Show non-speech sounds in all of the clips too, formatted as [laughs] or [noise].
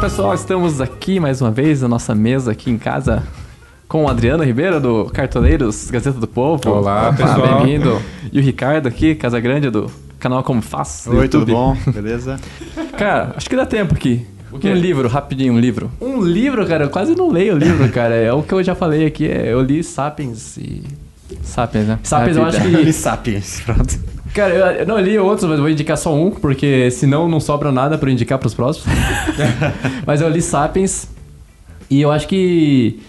pessoal, estamos aqui mais uma vez na nossa mesa aqui em casa com o Adriano Ribeiro do Cartoneiros Gazeta do Povo. Ah, Olá, pessoal. Bem-vindo. E o Ricardo aqui, Casa Grande do canal Como Faz. do Oi, tudo YouTube. bom? Beleza? Cara, acho que dá tempo aqui. quê? Um livro, rapidinho, um livro. Um livro, cara, eu quase não leio livro, cara. É o que eu já falei aqui, é, eu li Sapiens e. Sapiens, né? Sapiens, eu acho [laughs] que- Li Sapiens, pronto. Cara, eu, eu não li outros, mas vou indicar só um, porque senão não sobra nada pra eu indicar pros próximos. [laughs] mas eu li Sapiens e eu acho que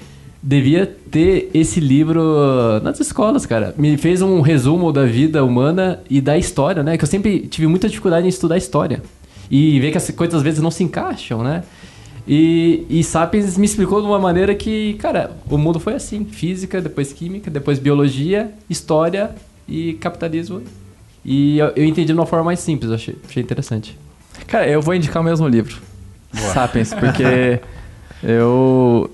devia ter esse livro nas escolas, cara. Me fez um resumo da vida humana e da história, né? Que eu sempre tive muita dificuldade em estudar história. E ver que as coisas às vezes não se encaixam, né? E, e Sapiens me explicou de uma maneira que, cara, o mundo foi assim: física, depois química, depois biologia, história e capitalismo. E eu, eu entendi de uma forma mais simples, eu achei, achei interessante. Cara, eu vou indicar o mesmo livro. Sapiens, [laughs] porque eu.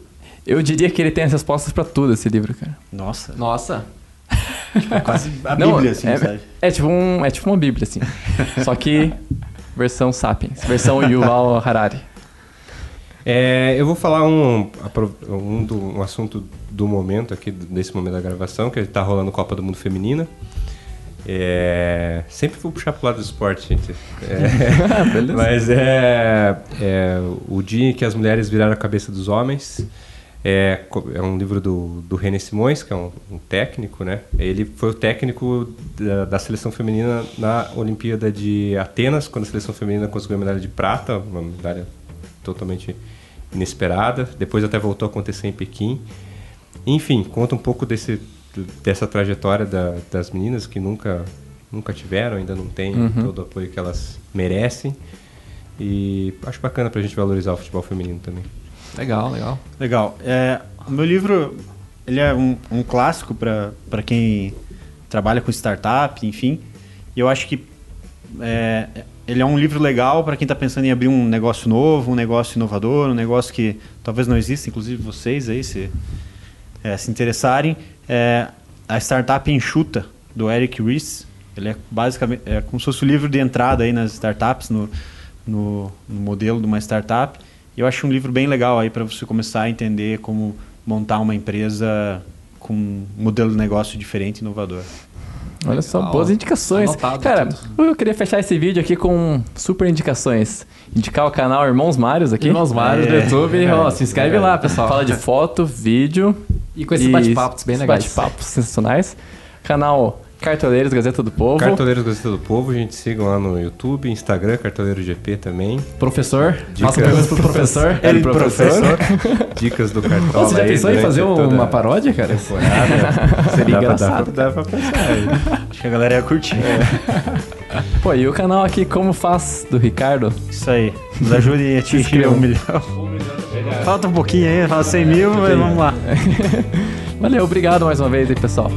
Eu diria que ele tem as respostas pra tudo esse livro, cara. Nossa, Nossa! [laughs] quase a Não, Bíblia, assim, é, sabe? É tipo, um, é tipo uma Bíblia, [laughs] assim. Só que versão Sapiens, versão Yuval Harari. É, eu vou falar um, apro- um, do, um assunto do momento aqui, desse momento da gravação, que tá rolando Copa do Mundo Feminina. É, sempre vou puxar pro lado do esporte, gente. É, mas é, é o dia em que as mulheres viraram a cabeça dos homens. É, co- é um livro do, do René Simões, que é um, um técnico, né? Ele foi o técnico da, da seleção feminina na Olimpíada de Atenas, quando a seleção feminina conseguiu a medalha de prata, uma medalha totalmente inesperada. Depois até voltou a acontecer em Pequim. Enfim, conta um pouco desse, dessa trajetória da- das meninas que nunca, nunca tiveram, ainda não têm Uhum. todo o apoio que elas merecem. E acho bacana pra gente valorizar o futebol feminino também. Legal, legal. Legal. É, o meu livro, ele é um, um clássico para quem trabalha com startup, enfim. E eu acho que é, ele é um livro legal para quem está pensando em abrir um negócio novo, um negócio inovador, um negócio que talvez não exista, inclusive vocês aí, se, é, se interessarem. É, a Startup Enxuta, do Eric Ries. Ele é basicamente é como se fosse o livro de entrada aí nas startups, no, no, no modelo de uma startup. E eu acho um livro bem legal aí para você começar a entender como montar uma empresa com um modelo de negócio diferente e inovador. Olha só, Legal. boas indicações. Anotado Cara, uh, eu queria fechar esse vídeo aqui com super indicações. Indicar o canal Irmãos Marios aqui. Irmãos Marios do É. YouTube. Ó, se inscreve É. lá, pessoal. Fala de foto, vídeo. E com esses bate-papos bem esses legais. Bate-papos sensacionais. Canal Cartoleiros Gazeta do Povo. Cartoleiros Gazeta do Povo, a gente sigam lá no YouTube, Instagram, Cartoleiro GP também. Professor. Dicas. É, Faça perguntas pro professor. Ele, professor. Dicas [laughs] do cartola. Ô, você já aí pensou em durante fazer toda uma a paródia, cara? temporada. Seria Dá pra- engraçado. Dá pra, dá pra pensar aí. Acho que a galera ia curtir. Pô, e o canal aqui Como Faz, do Ricardo. Isso aí. Nos ajude a atingir inscrevam. um milhão. Falta um pouquinho aí, falta 100 mil, mas vamos lá. Valeu, obrigado mais uma vez aí, pessoal.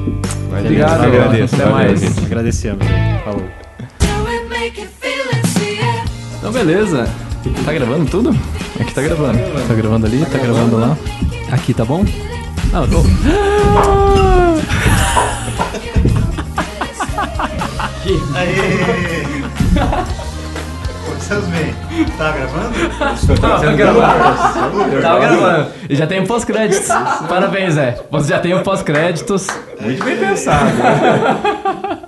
Obrigado. Agradeço. Até valeu, mais. gente. Agradecemos. Falou. Do it, make it feel it's the air. Então, beleza. Tá gravando tudo? Aqui tá gravando. Tá gravando ali, tá gravando lá. Aqui tá bom? Não, eu tô. Vocês veem. Tá gravando? Tá gravando. Tava gravando. E já tem o [laughs] pós-créditos. Parabéns, Zé. Você já tem o pós-créditos. Muito bem pensado.